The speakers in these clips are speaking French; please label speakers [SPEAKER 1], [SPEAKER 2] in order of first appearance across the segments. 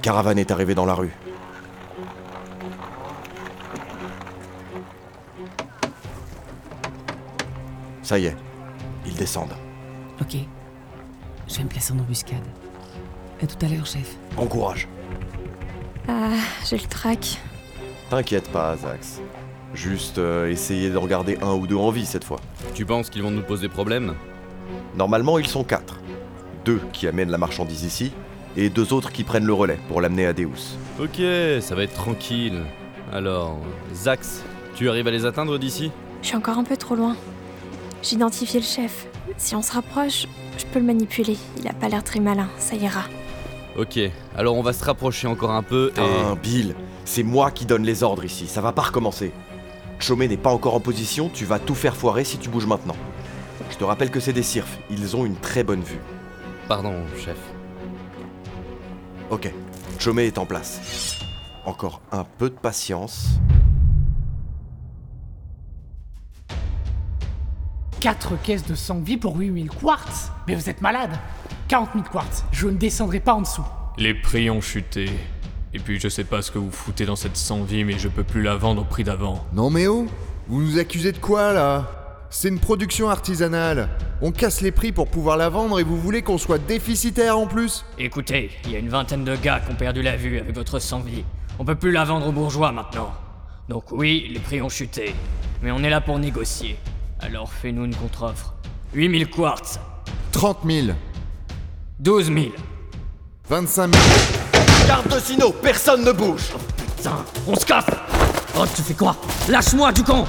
[SPEAKER 1] caravane est arrivée dans la rue. Ça y est, ils descendent.
[SPEAKER 2] Ok. Je vais me placer en embuscade. À tout à l'heure, chef.
[SPEAKER 1] Bon courage.
[SPEAKER 3] Ah, j'ai le trac.
[SPEAKER 1] T'inquiète pas, Zax. Juste euh, essayer de regarder un ou deux en vie cette fois.
[SPEAKER 4] Tu penses qu'ils vont nous poser problème
[SPEAKER 1] Normalement, ils sont quatre. Deux qui amènent la marchandise ici, et deux autres qui prennent le relais pour l'amener à Deus.
[SPEAKER 4] Ok, ça va être tranquille. Alors, Zax, tu arrives à les atteindre d'ici
[SPEAKER 3] Je suis encore un peu trop loin. J'ai identifié le chef. Si on se rapproche, je peux le manipuler. Il a pas l'air très malin, ça ira.
[SPEAKER 4] Ok, alors on va se rapprocher encore un peu et...
[SPEAKER 1] Putain, Bill, c'est moi qui donne les ordres ici, ça va pas recommencer. Chomé n'est pas encore en position, tu vas tout faire foirer si tu bouges maintenant. Je te rappelle que c'est des cirfs, ils ont une très bonne vue.
[SPEAKER 4] Pardon, chef.
[SPEAKER 1] Ok, Chomé est en place. Encore un peu de patience.
[SPEAKER 5] Quatre caisses de sang vie pour 8000 quartz Mais vous êtes malade 40 000 quartz, je ne descendrai pas en dessous.
[SPEAKER 6] Les prix ont chuté. Et puis je sais pas ce que vous foutez dans cette sans vie, mais je peux plus la vendre au prix d'avant.
[SPEAKER 7] Non mais oh Vous nous accusez de quoi là C'est une production artisanale. On casse les prix pour pouvoir la vendre et vous voulez qu'on soit déficitaire en plus
[SPEAKER 8] Écoutez, il y a une vingtaine de gars qui ont perdu la vue avec votre sans-vie. On peut plus la vendre aux bourgeois maintenant. Donc oui, les prix ont chuté. Mais on est là pour négocier. Alors fais-nous une contre-offre. 8000 quartz,
[SPEAKER 7] 30 000,
[SPEAKER 8] 12 000.
[SPEAKER 7] 25 000.
[SPEAKER 1] Sino, personne ne bouge
[SPEAKER 8] Putain, on se casse Oh, tu fais quoi Lâche-moi, du con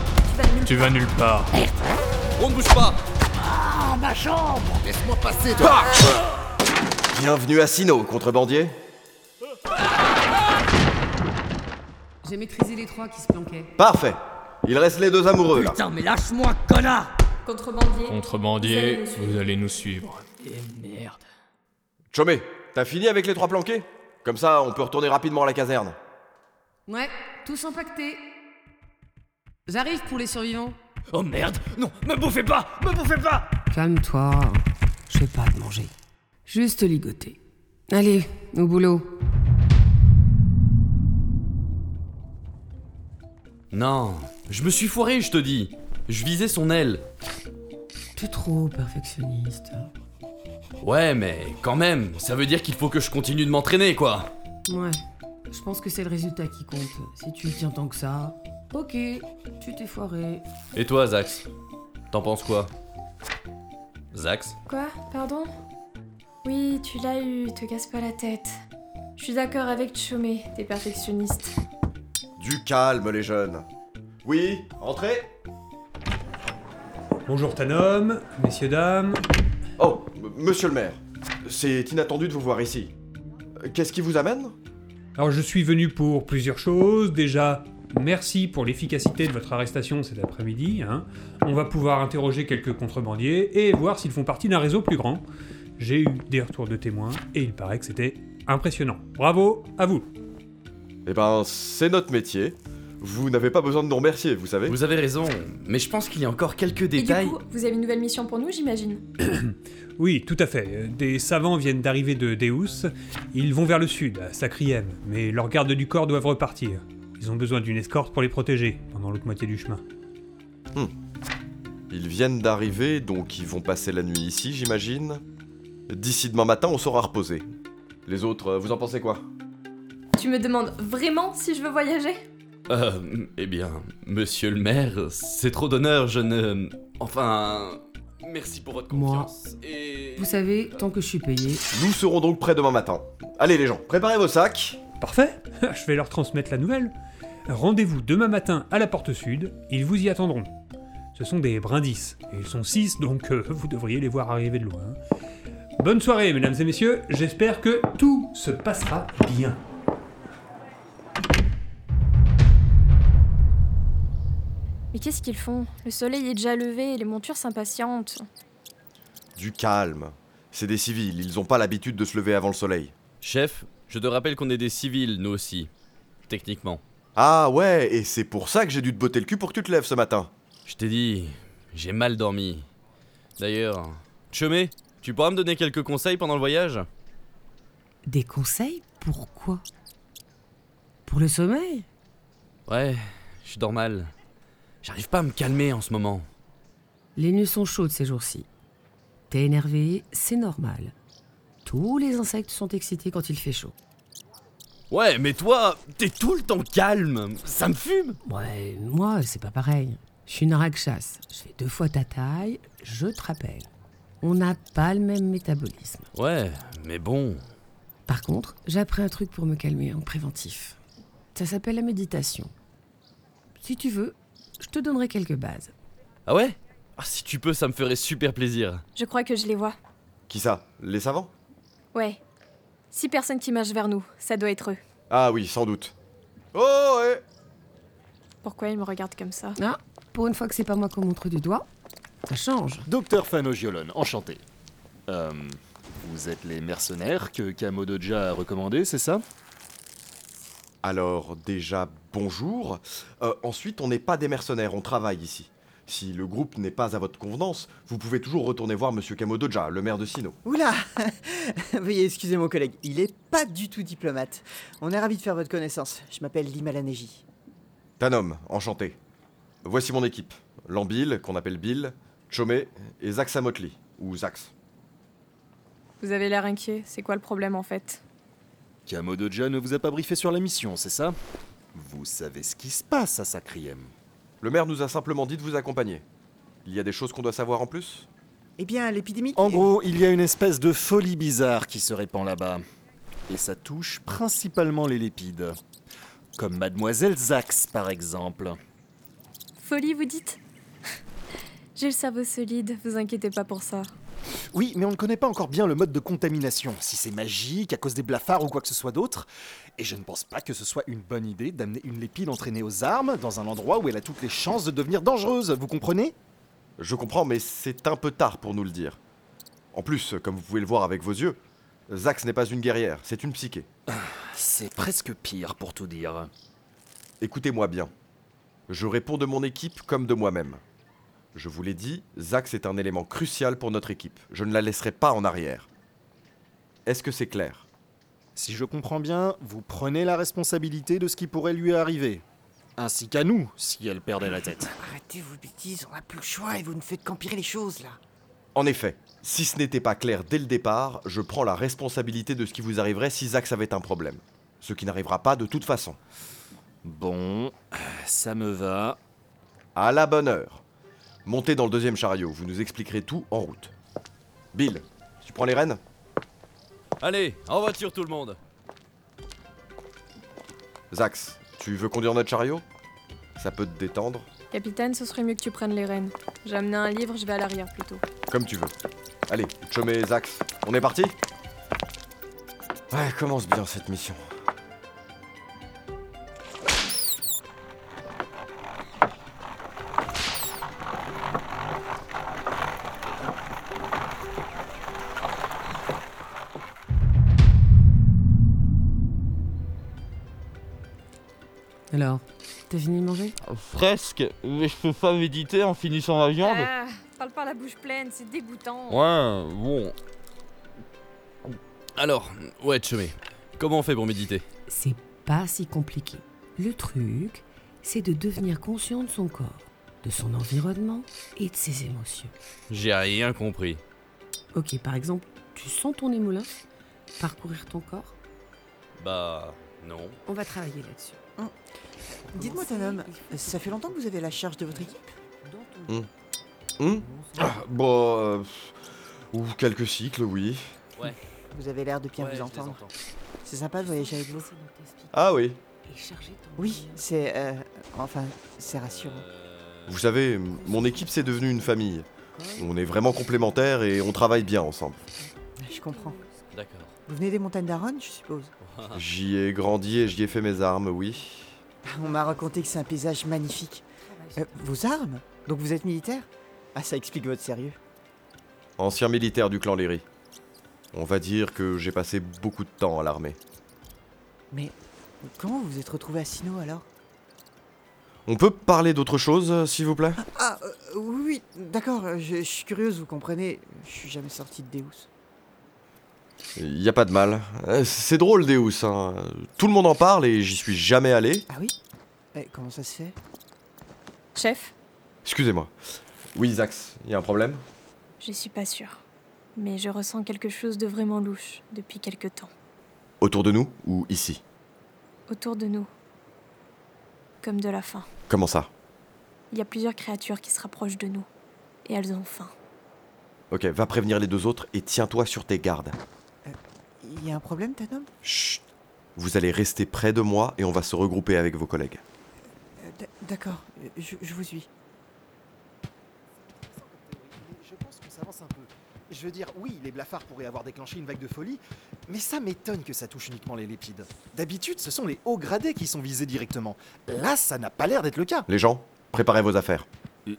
[SPEAKER 6] Tu vas nulle part.
[SPEAKER 4] On ne bouge pas
[SPEAKER 7] Laisse-moi passer toi
[SPEAKER 1] Bienvenue à Sino, contrebandier.
[SPEAKER 2] J'ai maîtrisé les trois qui se planquaient.
[SPEAKER 1] Parfait Il reste les deux amoureux là.
[SPEAKER 8] Putain, mais lâche-moi, connard
[SPEAKER 2] Contrebandier.
[SPEAKER 6] Contrebandier, vous allez nous suivre.
[SPEAKER 8] Eh merde.
[SPEAKER 1] Chomé, t'as fini avec les trois planqués Comme ça, on peut retourner rapidement à la caserne.
[SPEAKER 2] Ouais, tous impactés. J'arrive pour les survivants.
[SPEAKER 8] Oh merde Non, me bouffez pas Me bouffez pas
[SPEAKER 2] Calme-toi. Je vais pas te manger. Juste ligoter. Allez, au boulot.
[SPEAKER 4] Non, je me suis foiré, je te dis. Je visais son aile.
[SPEAKER 2] T'es trop perfectionniste.
[SPEAKER 4] Ouais, mais quand même, ça veut dire qu'il faut que je continue de m'entraîner, quoi.
[SPEAKER 2] Ouais. Je pense que c'est le résultat qui compte. Si tu le tiens tant que ça. Ok, tu t'es foiré.
[SPEAKER 4] Et toi, Zax T'en penses quoi Zax
[SPEAKER 3] Quoi Pardon Oui, tu l'as eu, te casse pas la tête. Je suis d'accord avec Chomé, t'es perfectionniste.
[SPEAKER 1] Du calme, les jeunes. Oui, entrez
[SPEAKER 9] Bonjour Tanom, messieurs dames.
[SPEAKER 1] Oh, m- monsieur le maire, c'est inattendu de vous voir ici. Euh, Qu'est-ce qui vous amène
[SPEAKER 9] Alors je suis venu pour plusieurs choses. Déjà, merci pour l'efficacité de votre arrestation cet après-midi. hein. On va pouvoir interroger quelques contrebandiers et voir s'ils font partie d'un réseau plus grand. J'ai eu des retours de témoins et il paraît que c'était impressionnant. Bravo à vous.
[SPEAKER 1] Eh ben, c'est notre métier. Vous n'avez pas besoin de nous remercier, vous savez.
[SPEAKER 4] Vous avez raison, mais je pense qu'il y a encore quelques
[SPEAKER 3] Et du
[SPEAKER 4] détails.
[SPEAKER 3] coup, vous avez une nouvelle mission pour nous, j'imagine
[SPEAKER 9] Oui, tout à fait. Euh, Des savants viennent d'arriver de Deus. Ils vont vers le sud, à Sacriem, mais leurs gardes du corps doivent repartir. Ils ont besoin d'une escorte pour les protéger pendant l'autre moitié du chemin.
[SPEAKER 1] Ils viennent d'arriver, donc ils vont passer la nuit ici, j'imagine. D'ici demain matin, on saura reposer. Les autres, euh, vous en pensez quoi
[SPEAKER 3] Tu me demandes vraiment si je veux voyager
[SPEAKER 4] Euh, eh bien, monsieur le maire, c'est trop d'honneur, je ne... Enfin... Merci pour votre
[SPEAKER 2] Moi.
[SPEAKER 4] confiance. Et...
[SPEAKER 2] Vous savez, tant que je suis payé.
[SPEAKER 1] Nous serons donc prêts demain matin. Allez les gens, préparez vos sacs.
[SPEAKER 9] Parfait, je vais leur transmettre la nouvelle. Rendez-vous demain matin à la porte sud, ils vous y attendront. Ce sont des brindis, et ils sont six, donc euh, vous devriez les voir arriver de loin. Bonne soirée, mesdames et messieurs, j'espère que tout se passera bien.
[SPEAKER 3] Mais qu'est-ce qu'ils font Le soleil est déjà levé et les montures s'impatientent.
[SPEAKER 1] Du calme. C'est des civils, ils ont pas l'habitude de se lever avant le soleil.
[SPEAKER 4] Chef, je te rappelle qu'on est des civils, nous aussi. Techniquement.
[SPEAKER 1] Ah ouais, et c'est pour ça que j'ai dû te botter le cul pour que tu te lèves ce matin.
[SPEAKER 4] Je t'ai dit, j'ai mal dormi. D'ailleurs, Chomé, tu pourras me donner quelques conseils pendant le voyage
[SPEAKER 2] Des conseils Pourquoi Pour le sommeil
[SPEAKER 4] Ouais, je dors mal. J'arrive pas à me calmer en ce moment.
[SPEAKER 2] Les nuits sont chaudes ces jours-ci. T'es énervé, c'est normal. Tous les insectes sont excités quand il fait chaud.
[SPEAKER 4] Ouais, mais toi, t'es tout le temps calme. Ça me fume.
[SPEAKER 2] Ouais, moi, c'est pas pareil. Je suis une rackchasse. Je fais deux fois ta taille, je te rappelle. On n'a pas le même métabolisme.
[SPEAKER 4] Ouais, mais bon.
[SPEAKER 2] Par contre, j'ai appris un truc pour me calmer en préventif. Ça s'appelle la méditation. Si tu veux, je te donnerai quelques bases.
[SPEAKER 4] Ah ouais Ah, si tu peux, ça me ferait super plaisir.
[SPEAKER 3] Je crois que je les vois.
[SPEAKER 1] Qui ça Les savants
[SPEAKER 3] Ouais. Six personnes qui marchent vers nous, ça doit être eux.
[SPEAKER 1] Ah oui, sans doute. Oh, eh
[SPEAKER 3] Pourquoi ils me regardent comme ça
[SPEAKER 2] Ah, pour une fois que c'est pas moi qu'on montre du doigt, ça change.
[SPEAKER 10] Docteur Fanogiolon, enchanté. Euh, vous êtes les mercenaires que Kamodoja a recommandés, c'est ça
[SPEAKER 1] Alors, déjà, bonjour. Euh, ensuite, on n'est pas des mercenaires, on travaille ici. Si le groupe n'est pas à votre convenance, vous pouvez toujours retourner voir Monsieur Kamodoja, le maire de Sino.
[SPEAKER 11] Oula Veuillez excuser mon collègue, il est pas du tout diplomate. On est ravi de faire votre connaissance. Je m'appelle Limalaneji.
[SPEAKER 1] Tanom, enchanté. Voici mon équipe. Lambil, qu'on appelle Bill, Chomé et Zax Amotli, ou Zax.
[SPEAKER 3] Vous avez l'air inquiet, c'est quoi le problème en fait
[SPEAKER 10] Kamodoja ne vous a pas briefé sur la mission, c'est ça Vous savez ce qui se passe à Sacriem.
[SPEAKER 1] Le maire nous a simplement dit de vous accompagner. Il y a des choses qu'on doit savoir en plus
[SPEAKER 11] Eh bien, l'épidémie.
[SPEAKER 10] En gros, il y a une espèce de folie bizarre qui se répand là-bas. Et ça touche principalement les lépides. Comme Mademoiselle Zax, par exemple.
[SPEAKER 3] Folie, vous dites J'ai le cerveau solide, vous inquiétez pas pour ça.
[SPEAKER 10] Oui, mais on ne connaît pas encore bien le mode de contamination, si c'est magique, à cause des blafards ou quoi que ce soit d'autre. Et je ne pense pas que ce soit une bonne idée d'amener une lépide entraînée aux armes dans un endroit où elle a toutes les chances de devenir dangereuse, vous comprenez
[SPEAKER 1] Je comprends, mais c'est un peu tard pour nous le dire. En plus, comme vous pouvez le voir avec vos yeux, Zax n'est pas une guerrière, c'est une psyché.
[SPEAKER 10] C'est presque pire pour tout dire.
[SPEAKER 1] Écoutez-moi bien. Je réponds de mon équipe comme de moi-même. Je vous l'ai dit, Zax est un élément crucial pour notre équipe. Je ne la laisserai pas en arrière. Est-ce que c'est clair
[SPEAKER 10] Si je comprends bien, vous prenez la responsabilité de ce qui pourrait lui arriver. Ainsi qu'à nous, si elle perdait la tête.
[SPEAKER 11] Arrêtez vos bêtises, on n'a plus le choix et vous ne faites qu'empirer les choses là.
[SPEAKER 1] En effet, si ce n'était pas clair dès le départ, je prends la responsabilité de ce qui vous arriverait si Zax avait un problème. Ce qui n'arrivera pas de toute façon.
[SPEAKER 10] Bon, euh, ça me va.
[SPEAKER 1] À la bonne heure. Montez dans le deuxième chariot, vous nous expliquerez tout en route. Bill, tu prends les rênes
[SPEAKER 4] Allez, en voiture tout le monde.
[SPEAKER 1] Zax, tu veux conduire notre chariot Ça peut te détendre,
[SPEAKER 3] Capitaine, ce serait mieux que tu prennes les rênes. J'ai amené un livre, je vais à l'arrière plutôt.
[SPEAKER 1] comme tu veux. Allez, Chomé, Zax, on est parti Ouais, commence bien cette mission.
[SPEAKER 2] Alors, t'as fini de manger
[SPEAKER 12] Presque, mais je peux pas méditer en finissant ma viande.
[SPEAKER 4] Euh.
[SPEAKER 3] Ah, parle pas la bouche pleine, c'est dégoûtant.
[SPEAKER 12] Ouais, bon.
[SPEAKER 4] Alors, ouais, Chumé, comment on fait pour méditer
[SPEAKER 2] C'est pas si compliqué. Le truc, c'est de devenir conscient de son corps, de son environnement et de ses émotions.
[SPEAKER 4] J'ai rien compris.
[SPEAKER 2] Ok, par exemple, tu sens ton émoulin parcourir ton corps
[SPEAKER 4] Bah, non.
[SPEAKER 2] On va travailler là-dessus.
[SPEAKER 11] Hum. Dites-moi,
[SPEAKER 2] Commencer,
[SPEAKER 11] Tanom,
[SPEAKER 2] il faut
[SPEAKER 11] ça fait longtemps que vous avez la charge de votre équipe
[SPEAKER 2] dans
[SPEAKER 1] Hmm.
[SPEAKER 2] ton-
[SPEAKER 1] Hmm
[SPEAKER 2] Ah.
[SPEAKER 1] Bon, euh, pff, ou quelques cycles, oui.
[SPEAKER 11] Vous avez l'air de bien vous entendre. C'est sympa de voyager avec vous.
[SPEAKER 1] Ah oui.
[SPEAKER 2] Et charger ton
[SPEAKER 11] Oui,
[SPEAKER 2] moyen.
[SPEAKER 11] c'est. euh, enfin, c'est rassurant.
[SPEAKER 4] Euh,
[SPEAKER 1] Vous savez, m- mon équipe c'est devenu une famille. On est vraiment complémentaires et on travaille bien ensemble.
[SPEAKER 11] Je comprends.
[SPEAKER 4] D'accord.
[SPEAKER 11] Vous venez des montagnes d'Aron, je suppose
[SPEAKER 1] J'y ai grandi et j'y ai fait mes armes, oui.
[SPEAKER 11] On m'a raconté que c'est un paysage magnifique. Euh, vos armes Donc vous êtes militaire Ah, ça explique votre sérieux.
[SPEAKER 1] Ancien militaire du clan Léry. On va dire que j'ai passé beaucoup de temps à l'armée.
[SPEAKER 11] Mais comment vous vous êtes retrouvé à Sino alors
[SPEAKER 1] On peut parler d'autre chose, euh, s'il vous plaît
[SPEAKER 11] Ah, euh, oui, oui, d'accord, euh, je, je suis curieuse, vous comprenez. Je suis jamais sorti de Deus.
[SPEAKER 1] Y a pas de mal. Euh, C'est drôle, Deus. hein. Tout le monde en parle et j'y suis jamais allé.
[SPEAKER 11] Ah oui Eh, Comment ça se fait
[SPEAKER 3] Chef
[SPEAKER 1] Excusez-moi. Oui, Zax, y a un problème
[SPEAKER 3] Je suis pas sûre. Mais je ressens quelque chose de vraiment louche depuis quelque temps.
[SPEAKER 1] Autour de nous ou ici
[SPEAKER 3] Autour de nous. Comme de la faim.
[SPEAKER 1] Comment ça
[SPEAKER 3] Il y a plusieurs créatures qui se rapprochent de nous. Et elles ont faim.
[SPEAKER 1] Ok, va prévenir les deux autres et tiens-toi sur tes gardes.
[SPEAKER 11] Il Euh, y a un problème, Tatum
[SPEAKER 1] Vous allez rester près de moi et on va se regrouper avec vos collègues.
[SPEAKER 11] Euh, d- D'accord, euh, je, je vous suis.
[SPEAKER 10] Je pense qu'on s'avance un peu. Je veux dire, oui, les blafards pourraient avoir déclenché une vague de folie, mais ça m'étonne que ça touche uniquement les lépides. D'habitude, ce sont les hauts gradés qui sont visés directement. Là, ça n'a pas l'air d'être le cas.
[SPEAKER 1] Les gens, préparez vos affaires.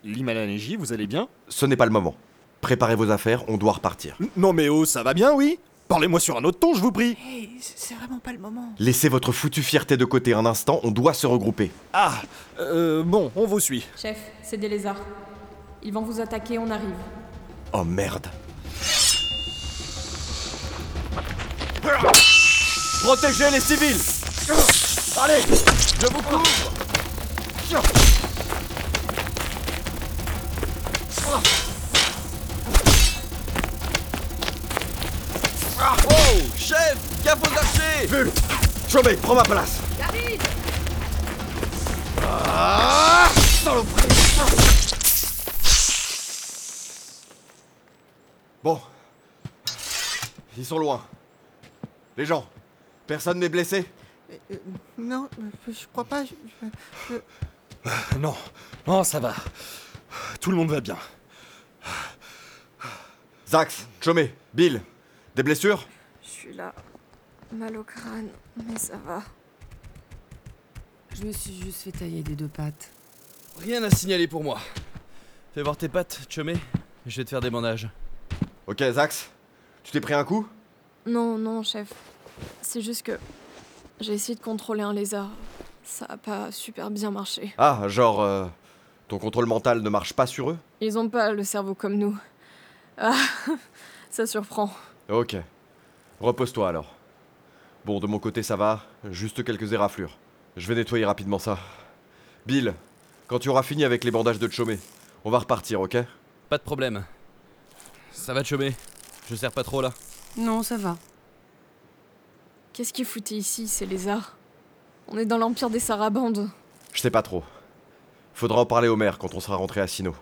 [SPEAKER 10] L'Himalanégie, vous allez bien
[SPEAKER 1] Ce n'est pas le moment. Préparez vos affaires, on doit repartir.
[SPEAKER 10] Non mais oh, ça va bien, oui Parlez-moi sur un autre ton, je vous prie
[SPEAKER 11] Hey, c'est c'est vraiment pas le moment.
[SPEAKER 1] Laissez votre foutue fierté de côté un instant, on doit se regrouper.
[SPEAKER 10] Ah Euh, bon, on vous suit.
[SPEAKER 13] Chef, c'est des lézards. Ils vont vous attaquer, on arrive.
[SPEAKER 1] Oh merde.
[SPEAKER 10] Protégez les civils Allez Je vous couvre
[SPEAKER 1] Oh Chef Gaffe aux archers Vult Chauvet, prends ma place
[SPEAKER 13] J'arrive
[SPEAKER 10] Ah Saloperie
[SPEAKER 1] Bon. Ils sont loin. Les gens, personne n'est blessé
[SPEAKER 11] Euh, non, euh, je crois pas. je- je- je-
[SPEAKER 10] Non, non, Oh, ça va. Tout le monde va bien.
[SPEAKER 1] Zax, Chomé, Bill, des blessures
[SPEAKER 3] Je suis là. Mal au crâne, mais ça va.
[SPEAKER 2] Je me suis juste fait tailler des deux pattes.
[SPEAKER 4] Rien à signaler pour moi. Fais voir tes pattes, Chumé. Je vais te faire des bandages.
[SPEAKER 1] Ok, Zax, tu t'es pris un coup
[SPEAKER 3] Non, non, chef. C'est juste que j'ai essayé de contrôler un lézard. Ça a pas super bien marché.
[SPEAKER 1] Ah, genre, euh, ton contrôle mental ne marche pas sur eux
[SPEAKER 3] Ils ont pas le cerveau comme nous. Ah, ça surprend.
[SPEAKER 1] Ok. Repose-toi alors. Bon, de mon côté, ça va. Juste quelques éraflures. Je vais nettoyer rapidement ça. Bill, quand tu auras fini avec les bandages de Chomé, on va repartir, ok
[SPEAKER 4] Pas de problème. Ça va, Chumé Je sers pas trop là.
[SPEAKER 2] Non, ça va.
[SPEAKER 3] Qu'est-ce qu'ils foutaient ici, ces lézards On est dans l'empire des Sarabandes.
[SPEAKER 1] Je sais pas trop. Faudra en parler au maire quand on sera rentré à Sino.